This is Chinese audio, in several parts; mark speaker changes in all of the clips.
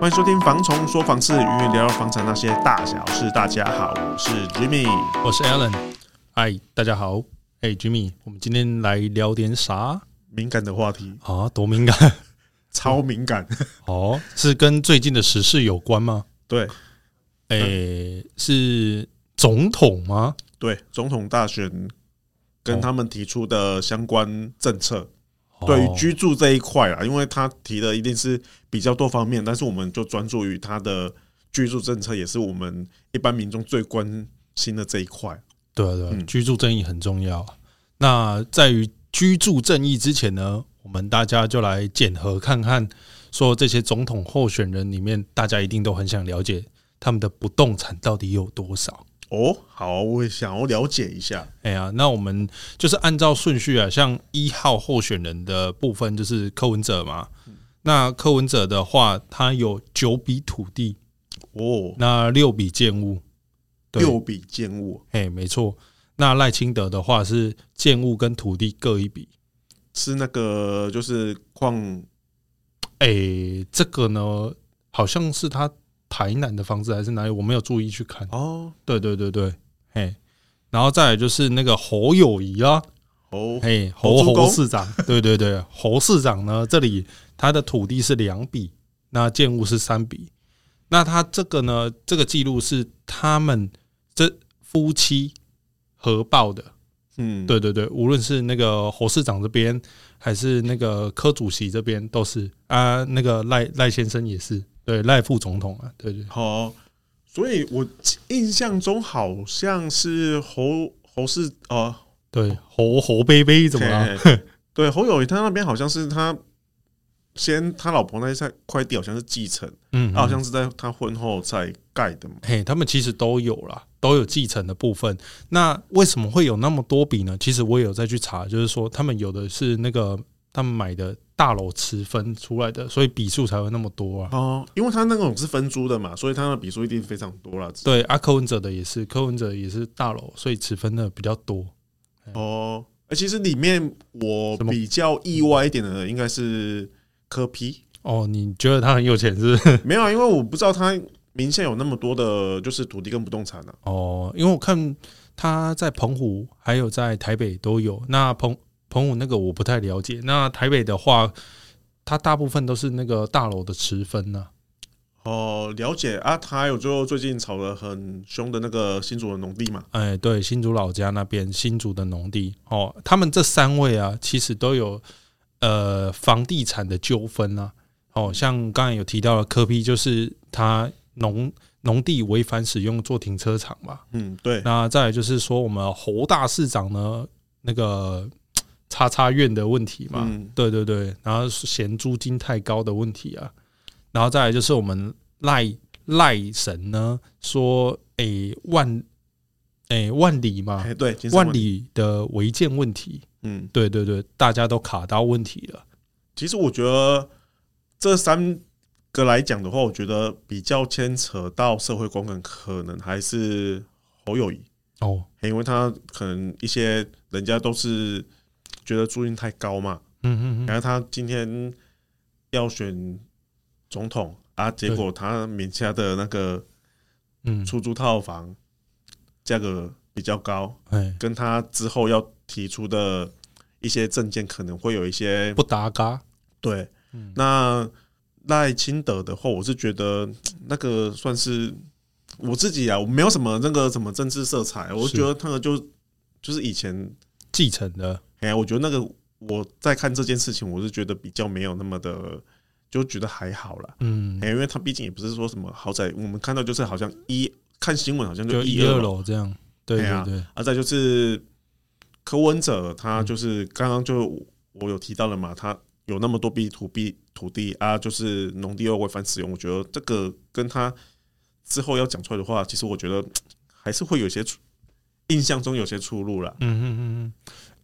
Speaker 1: 欢迎收听《房虫说房事》，与你聊聊房产那些大小事。大家好，我是 Jimmy。
Speaker 2: 我是 Alan，嗨，大家好，哎、j i m m y 我们今天来聊点啥
Speaker 1: 敏感的话题，
Speaker 2: 啊？多敏 感
Speaker 1: 超敏感。
Speaker 2: 哦，是跟最近的时事有关吗？
Speaker 1: 对
Speaker 2: 哎、是总统吗？
Speaker 1: 对，总统大选跟
Speaker 2: 哦
Speaker 1: 他们提出的相关政策，对
Speaker 2: 哦
Speaker 1: 于居住这一块啊，因为他提的一定是比较多方面，但是我们就专注于他的居住政策，也是我们一般民众最关心的这一块。
Speaker 2: 对啊对啊
Speaker 1: 嗯
Speaker 2: 居住正义很重要。那在于居住正义之前呢，我们大家就来检核看看，说这些总统候选人里面，大家一定都很想了解他们的不动产到底有多少。
Speaker 1: 哦，好，我也想要了解一下。
Speaker 2: 哎呀，那我们就是按照顺序啊，像一号候选人的部分就是柯文哲嘛。那柯文哲的话，他有九笔土地，
Speaker 1: 哦，
Speaker 2: 那六笔建物，对
Speaker 1: 六笔建物
Speaker 2: 哎，没错。那赖清德的话是建物跟土地各一笔，
Speaker 1: 是那个就是矿
Speaker 2: 诶、哎这个呢，好像是他台南的房子还是哪里，我没有注意去看。
Speaker 1: 哦
Speaker 2: 对对对对，嘿，然后再来就是那个侯友谊啊，
Speaker 1: 哦
Speaker 2: 嘿，
Speaker 1: 侯
Speaker 2: 哎侯
Speaker 1: 主公
Speaker 2: 侯 市长，对对对，侯市长呢，这里他的土地是两笔，那建物是三笔，那他这个呢，这个记录是他们这夫妻合报的，
Speaker 1: 嗯，
Speaker 2: 对对对，无论是那个侯市长这边，还是那个柯主席这边，都是啊，那个赖赖先生也是，对赖副总统啊，对对
Speaker 1: 好、所以我印象中好像是侯侯氏呃，
Speaker 2: 对，侯侯卑卑怎么了？
Speaker 1: 嘿嘿对，侯友谊他那边好像是他先他老婆那一块块地好像是继承，
Speaker 2: 嗯，
Speaker 1: 他好像是在他婚后才盖的嘛。
Speaker 2: 嘿，他们其实都有啦，都有继承的部分。那为什么会有那么多笔呢？其实我也有再去查，就是说他们有的是那个他们买的大楼持分出来的，所以笔数才会那么多啊。
Speaker 1: 哦，因为他那种是分租的嘛，所以他的笔数一定非常多啦。
Speaker 2: 对，啊，柯文哲的也是，柯文哲也是大楼，所以持分的比较多。
Speaker 1: 哦，而其实里面我
Speaker 2: 什么
Speaker 1: 比较意外一点的应该是柯批。
Speaker 2: 哦，你觉得他很有钱是不是？
Speaker 1: 没有啊，因为我不知道他名下有那么多的，就是土地跟不动产啊。
Speaker 2: 哦，因为我看他在澎湖还有在台北都有。那澎澎湖那个我不太了解，那台北的话，它大部分都是那个大楼的持分啊呐、
Speaker 1: 哦，了解啊，他有就最近炒得很凶的那个新竹的农地嘛。
Speaker 2: 哎，对，新竹老家那边新竹的农地哦，他们这三位啊，其实都有呃房地产的纠纷啊。哦，像刚才有提到的柯批，就是他农农地违反使用做停车场嘛。
Speaker 1: 嗯，对，
Speaker 2: 那再来就是说，我们侯大市长呢，那个叉叉院的问题嘛，
Speaker 1: 嗯，
Speaker 2: 对对对，然后嫌租金太高的问题啊，然后再来就是我们赖赖神呢说，诶、万诶、万里嘛，
Speaker 1: 哎，对，金山
Speaker 2: 啊万，里的违建问题，
Speaker 1: 嗯，
Speaker 2: 对对对，大家都卡到问题了，
Speaker 1: 其实我觉得这三个来讲的话，我觉得比较牵扯到社会公感，可能还是侯友谊，
Speaker 2: 哦，
Speaker 1: 因为他可能一些人家都是觉得租金太高嘛，
Speaker 2: 嗯嗯嗯，
Speaker 1: 然后他今天要选总统啊，结果他名下的那个
Speaker 2: 嗯，
Speaker 1: 出租套房价格比较高，
Speaker 2: 哎，
Speaker 1: 跟他之后要提出的一些证件可能会有一些
Speaker 2: 不搭嘎，
Speaker 1: 对。
Speaker 2: 嗯
Speaker 1: 那赖清德的话，我是觉得嗯那个算是我自己啊，我没有什么那个什么政治色彩，我
Speaker 2: 是
Speaker 1: 觉得那个就就是以前，
Speaker 2: 继承的，
Speaker 1: 哎呀，我觉得那个我在看这件事情，我是觉得比较没有那么的，就觉得还好啦。
Speaker 2: 嗯
Speaker 1: 哎、，因为它毕竟也不是说什么豪宅，我们看到就是好像一看新闻好像
Speaker 2: 就
Speaker 1: 一
Speaker 2: 一二
Speaker 1: 楼，
Speaker 2: 楼这样，对
Speaker 1: 哎呀
Speaker 2: 对对，
Speaker 1: 啊，再就是柯文哲
Speaker 2: 嗯
Speaker 1: 他就是刚刚就我有提到了嘛，他有那么多 B 土 B 土地啊，就是农地又违反使用，我觉得这个跟他之后要讲出来的话，其实我觉得嘖还是会有一些出印象中有些出入啦。
Speaker 2: 嗯嗯嗯嗯，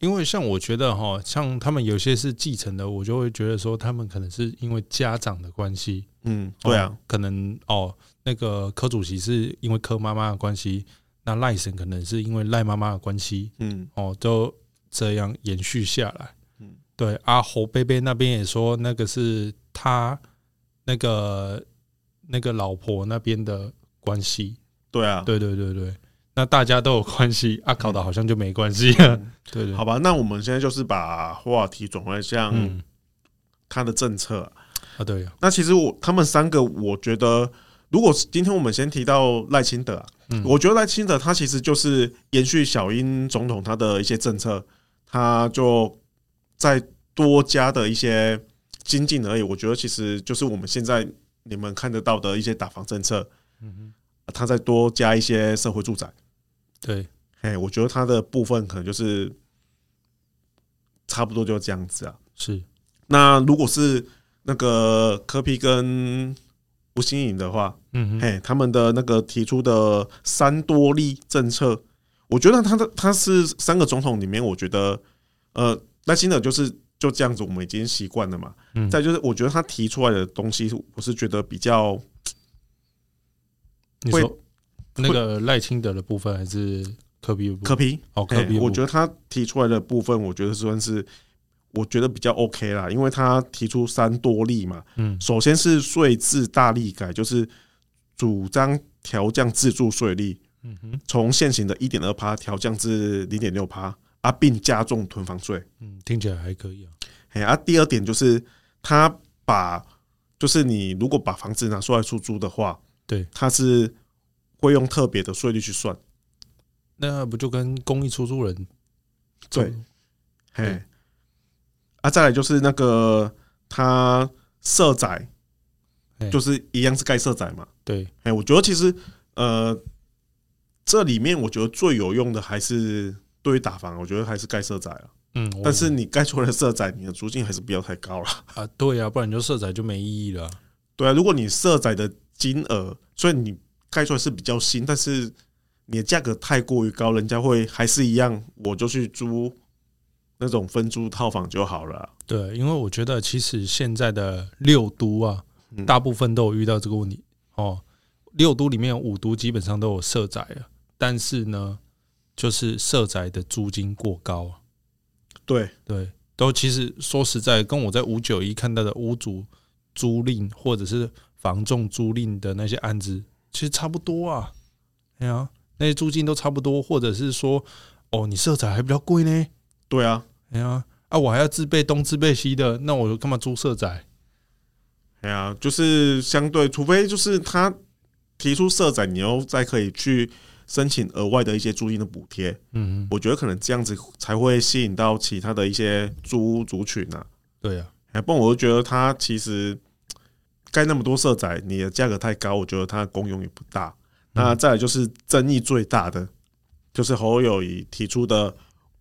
Speaker 2: 因为像我觉得哈，像他们有些是继承的，我就会觉得说他们可能是因为家长的关系，
Speaker 1: 嗯，对啊
Speaker 2: 哦，，可能哦，那个柯主席是因为柯妈妈的关系，那赖神可能是因为赖妈妈的关系，
Speaker 1: 嗯，
Speaker 2: 哦，都这样延续下来。
Speaker 1: 嗯
Speaker 2: 对啊，侯贝贝那边也说那个是他那个那个老婆那边的关系。
Speaker 1: 对啊，
Speaker 2: 对对对对，那大家都有关系，啊，
Speaker 1: 嗯
Speaker 2: 考的好像就没关系了。对对，
Speaker 1: 好吧，那我们现在就是把话题转回向
Speaker 2: 嗯
Speaker 1: 他的政策啊。
Speaker 2: 啊对啊，
Speaker 1: 那其实我他们三个，我觉得如果是今天我们先提到赖清德、啊，
Speaker 2: 嗯
Speaker 1: 我觉得赖清德他其实就是延续小英总统他的一些政策，他就再多加的一些精进而已。我觉得其实就是我们现在你们看得到的一些打房政策，
Speaker 2: 嗯
Speaker 1: 他再多加一些社会住宅。
Speaker 2: 哼，对，
Speaker 1: 哎，我觉得他的部分可能就是差不多就这样子啊。
Speaker 2: 是，
Speaker 1: 那如果是那个柯 P 跟吴新颖的话，
Speaker 2: 嗯哼，
Speaker 1: 嘿，他们的那个提出的三多利政策，我觉得他的他是三个总统里面，我觉得呃，那新的就是就这样子，我们已经习惯了嘛。
Speaker 2: 嗯
Speaker 1: 再就是，我觉得他提出来的东西，我是觉得比较
Speaker 2: 你
Speaker 1: 会
Speaker 2: 说那个赖清德的部分还是科比的部分？
Speaker 1: 柯 P，
Speaker 2: 哦，科
Speaker 1: 嘿
Speaker 2: 比，
Speaker 1: 我觉得他提出来的部分，我觉得算是我觉得比较 OK 啦，因为他提出三多利嘛，
Speaker 2: 嗯
Speaker 1: 首先是税制大力改，就是主张调降自住税率，
Speaker 2: 嗯哼，
Speaker 1: 从现行的一点二趴调降至零点六趴啊，并加重囤房税。
Speaker 2: 嗯，听起来还可以啊。
Speaker 1: 哎啊，第二点就是他把，就是你如果把房子拿出来出租的话，
Speaker 2: 对，
Speaker 1: 他是会用特别的税率去算。
Speaker 2: 那不就跟公益出租人
Speaker 1: 对
Speaker 2: 这种
Speaker 1: 嘿
Speaker 2: 对，
Speaker 1: 啊，再来就是那个他社宅
Speaker 2: 嘿，
Speaker 1: 就是一样是盖社宅嘛。
Speaker 2: 对
Speaker 1: 哎，我觉得其实呃，这里面我觉得最有用的还是对于打房，我觉得还是盖社宅啊了。
Speaker 2: 嗯，我
Speaker 1: 但是你盖出来的社宅，你的租金还是不要太高了。
Speaker 2: 啊，对啊，不然就色彩就没意义了啊。
Speaker 1: 对啊，如果你社宅的金额，虽然你盖出来是比较新，但是你的价格太过于高，人家会还是一样，我就去租那种分租套房就好了啊。
Speaker 2: 对，因为我觉得其实现在的六都啊，
Speaker 1: 嗯
Speaker 2: 大部分都有遇到这个问题哦。六都里面有五都基本上都有社宅了，但是呢，就是社宅的租金过高啊。
Speaker 1: 对，
Speaker 2: 对，都其实说实在，跟我在五九一看到的屋主租赁或者是房仲租赁的那些案子，其实差不多啊。哎呀、那些租金都差不多，或者是说，哦，你社宅还比较贵呢。
Speaker 1: 对啊，
Speaker 2: 哎呀，啊，我还要自备东自备西的，那我干嘛租社宅？
Speaker 1: 哎呀，就是相对，除非就是他提出社宅，你又再可以去申请额外的一些租金的补贴，
Speaker 2: 嗯，
Speaker 1: 我觉得可能这样子才会吸引到其他的一些租族群啊。
Speaker 2: 对呀、
Speaker 1: 哎，不然我就觉得他其实盖那么多社宅，你的价格太高，我觉得它的功用也不大。那再来就是争议最大的，就是侯友谊提出的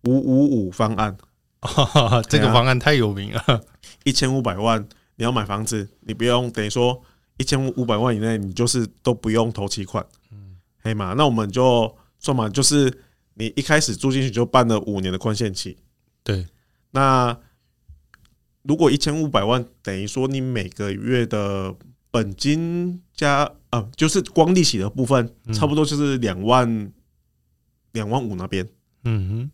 Speaker 1: 五五五方案，
Speaker 2: 啊， 这个方案太有名了。
Speaker 1: 一千五百万你要买房子，你不用等于说一千五百万以内，你就是都不用投期款，嗯，黑嘛，那我们就算嘛，就是你一开始住进去就办了五年的宽限期，
Speaker 2: 对，
Speaker 1: 那如果一千五百万等于说你每个月的本金加啊、呃就是光利息的部分，
Speaker 2: 嗯
Speaker 1: 差不多就是两万两万五那边，
Speaker 2: 嗯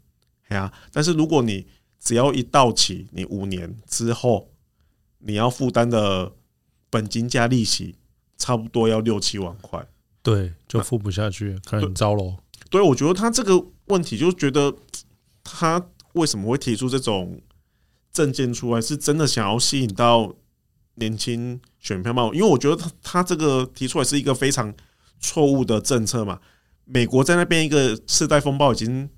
Speaker 1: 哎呀、但是如果你只要一到期，你五年之后你要负担的本金加利息，差不多要六七万块。
Speaker 2: 哼，对，就付不下去，可能很糟喽。
Speaker 1: 对，我觉得他这个问题，就觉得他为什么会提出这种证件出来，是真的想要吸引到年轻选票吗？因为我觉得他他这个提出来是一个非常错误的政策嘛。美国在那边一个次贷风暴已经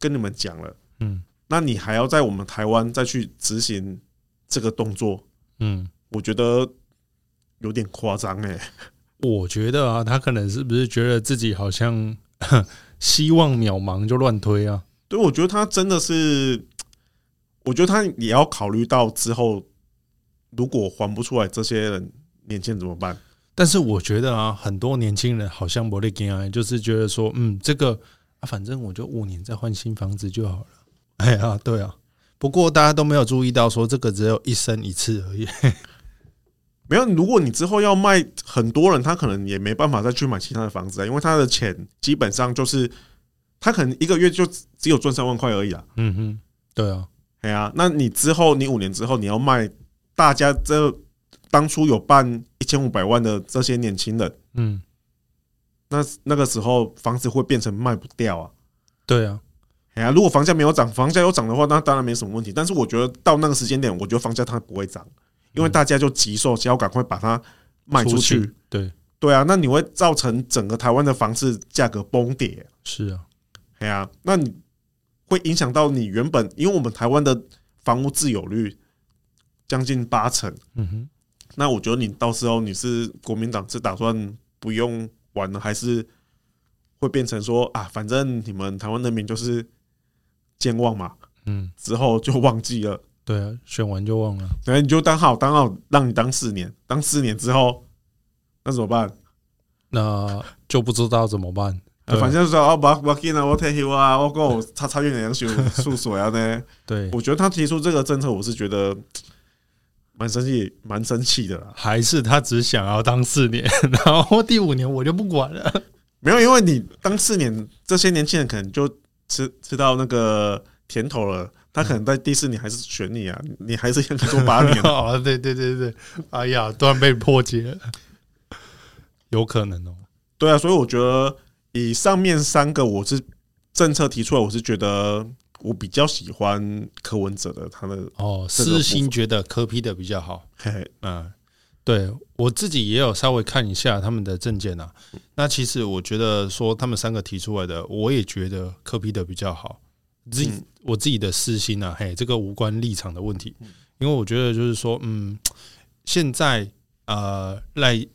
Speaker 1: 跟你们讲了。
Speaker 2: 嗯
Speaker 1: 那你还要在我们台湾再去执行这个动作，
Speaker 2: 嗯，
Speaker 1: 我觉得有点夸张哎。
Speaker 2: 我觉得啊，他可能是不是觉得自己好像 希望渺茫就乱推啊？
Speaker 1: 对，我觉得他真的是，我觉得他也要考虑到之后，如果还不出来，这些人年轻人怎么办？
Speaker 2: 但是我觉得啊，很多年轻人好像不力给啊，就是觉得说，嗯，这个啊，反正我就五年再换新房子就好了。 哎呀，对啊。不过大家都没有注意到，说这个只有一生一次而已。
Speaker 1: 没有，如果你之后要卖，很多人他可能也没办法再去买其他的房子啊，因为他的钱基本上就是他可能一个月就只只有赚三万块而已啊。
Speaker 2: 嗯哼，对啊，
Speaker 1: 哎呀、那你之后你五年之后你要卖，大家这当初有办一千五百万的这些年轻人，
Speaker 2: 嗯，
Speaker 1: 那那个时候房子会变成卖不掉啊。
Speaker 2: 对啊，
Speaker 1: 哎呀，如果房价没有涨，房价有涨的话，那当然没什么问题。但是我觉得到那个时间点，我觉得房价它不会涨，因为大家就急售，想要赶快把它卖出去。
Speaker 2: 去，对，
Speaker 1: 对啊，那你会造成整个台湾的房市价格崩跌。
Speaker 2: 是啊，
Speaker 1: 哎呀，那你会影响到你原本，因为我们台湾的房屋自有率将近八成，
Speaker 2: 嗯哼，
Speaker 1: 那我觉得你到时候你是国民党是打算不用玩了，还是会变成说啊，反正你们台湾人民就是健忘嘛，
Speaker 2: 嗯，
Speaker 1: 之后就忘记了，
Speaker 2: 对啊，选完就忘了，
Speaker 1: 然后你就当好当好，让你当四年，当四年之后，那怎么办？
Speaker 2: 那就不知道怎么办。
Speaker 1: 啊
Speaker 2: 对
Speaker 1: 反正就说哦，不不要紧啊，我退休啊，我够差差远点修宿所啊呢。
Speaker 2: 对，
Speaker 1: 我觉得他提出这个政策，我是觉得蛮生气，蛮生气的啦。
Speaker 2: 还是他只想要当四年， 然后第五年我就不管 了。
Speaker 1: 没有，因为你当四年，这些年轻人可能就吃吃到那个甜头了，他可能在第四年还是选你啊，你还是要做八年啊。
Speaker 2: 哦，对对对对，哎呀，突然被破解了，有可能哦。
Speaker 1: 对啊，所以我觉得以上面三个我是政策提出来，我是觉得我比较喜欢柯文哲的他的
Speaker 2: 哦，
Speaker 1: 这个部
Speaker 2: 私
Speaker 1: 分
Speaker 2: 心觉得科批的比较好。
Speaker 1: 嘿嘿
Speaker 2: 嗯，对我自己也有稍微看一下他们的证件啊。那其实我觉得说他们三个提出来的，我也觉得科比的比较好。自己、
Speaker 1: 嗯
Speaker 2: 我自己的私心啊，嘿，这个无关立场的问题，因为我觉得就是说，嗯，现在呃赖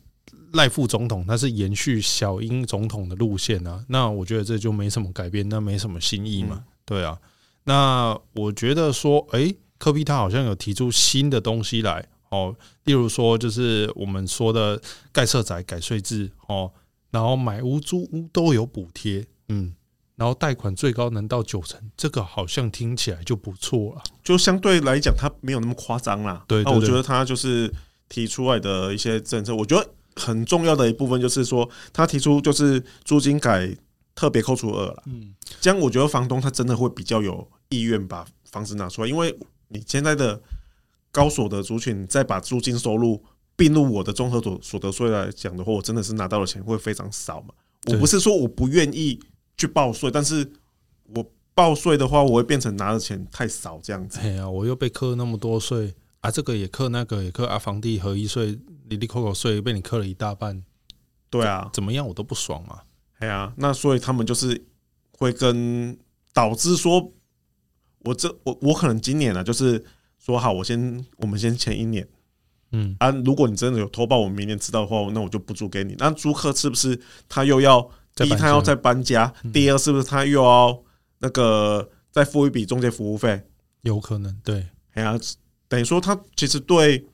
Speaker 2: 赖副总统他是延续小英总统的路线啊，那我觉得这就没什么改变，那没什么新意嘛，对啊。那我觉得说，诶，科比他好像有提出新的东西来哦，例如说就是我们说的盖社宅改税制哦，然后买屋租屋都有补贴，嗯，然后贷款最高能到九成，这个好像听起来就不错啊了。
Speaker 1: 就相对来讲，他没有那么夸张啦。
Speaker 2: 对
Speaker 1: 那
Speaker 2: 对
Speaker 1: 我觉
Speaker 2: 对
Speaker 1: 得他就是提出来的一些政策，我觉得很重要的一部分就是说，他提出就是租金改特别扣除二了，
Speaker 2: 嗯，
Speaker 1: 这样我觉得房东他真的会比较有意愿把房子拿出来，因为你现在的高所得族群再把租金收入并入我的综合所所得税来讲的话，我真的是拿到的钱会非常少嘛。我
Speaker 2: 对
Speaker 1: 不是说我不愿意去报税，但是我报税的话，我会变成拿的钱太少这样子。
Speaker 2: 哎呀，我又被课那么多税啊，这个也课，那个也课啊，房地合一税、里里扣扣税被你课了一大半，
Speaker 1: 对啊，
Speaker 2: 怎么样我都不爽啊嘛。
Speaker 1: 哎呀，那所以他们就是会跟导致说，我这我我可能今年啊，就是说好，我先我们先签一年
Speaker 2: 嗯，
Speaker 1: 啊。如果你真的有偷报，我明年知道的话，那我就不租给你。那租客是不是他又要第
Speaker 2: 再
Speaker 1: 一
Speaker 2: 搬
Speaker 1: 他要
Speaker 2: 家
Speaker 1: 再搬家，第二是不是他又要那个再付一笔中介服务费？
Speaker 2: 有可能对，
Speaker 1: 哎呀，等于说他其实对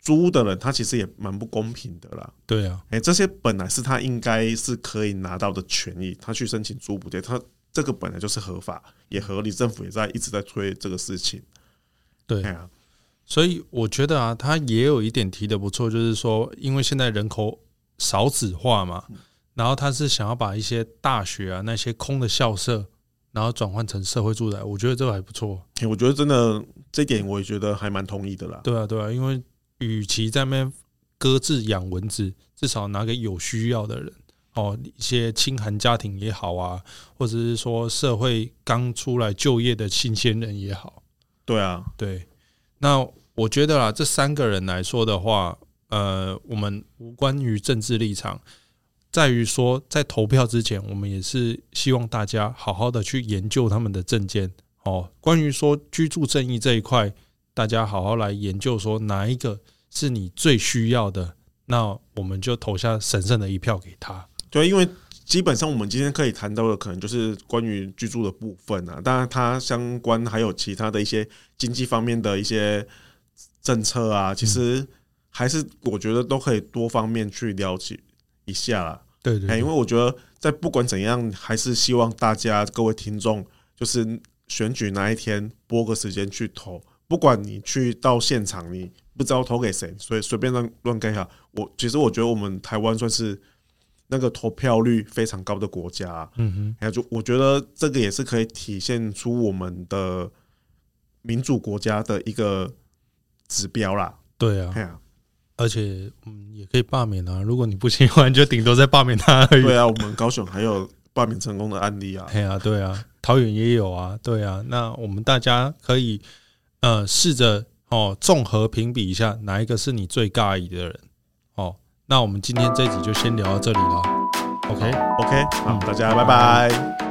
Speaker 1: 租的人，他其实也蛮不公平的啦。
Speaker 2: 对啊，
Speaker 1: 哎、这些本来是他应该是可以拿到的权益，他去申请租补贴，他这个本来就是合法也合理，政府也在一直在推这个事情。
Speaker 2: 对
Speaker 1: 哎呀，
Speaker 2: 所以我觉得啊，他也有一点提的不错，就是说，因为现在人口少子化嘛，然后他是想要把一些大学啊那些空的校舍，然后转换成社会住宅，我觉得这个还不错。
Speaker 1: 哎我觉得真的这一点，我也觉得还蛮同意的啦。
Speaker 2: 对啊，对啊，因为与其在那边搁置养蚊子，至少拿给有需要的人哦，一些清寒家庭也好啊，或者是说社会刚出来就业的新鲜人也好，
Speaker 1: 对啊，
Speaker 2: 对，那我觉得啦，这三个人来说的话，呃，我们无关于政治立场，在于说在投票之前，我们也是希望大家好好的去研究他们的证件哦。关于说居住正义这一块，大家好好来研究，说哪一个是你最需要的，那我们就投下神圣的一票给他。
Speaker 1: 对，因为基本上我们今天可以谈到的，可能就是关于居住的部分啊，当然它相关还有其他的一些经济方面的一些政策啊，其实还是我觉得都可以多方面去了解一下啦。
Speaker 2: 对对
Speaker 1: 哎、因为我觉得在不管怎样，还是希望大家各位听众，就是选举那一天拨个时间去投，不管你去到现场，你不知道投给谁，所以随便乱乱盖下。我其实我觉得我们台湾算是那个投票率非常高的国家、啊，
Speaker 2: 嗯哼，
Speaker 1: 还有就我觉得这个也是可以体现出我们的民主国家的一个指标啦。
Speaker 2: 对啊
Speaker 1: 哎。呀、
Speaker 2: 而且嗯也可以罢免啊。如果你不喜欢，就顶多再罢免他而已。
Speaker 1: 对啊，我们高雄还有罢免成功的案例啊。
Speaker 2: 哎呀、对啊，桃园也有啊，对啊。那我们大家可以呃试着哦综合评比一下，哪一个是你最尬意的人哦。那我们今天这一集就先聊到这里了，OK。
Speaker 1: OK，好，
Speaker 2: 嗯
Speaker 1: 大家拜拜。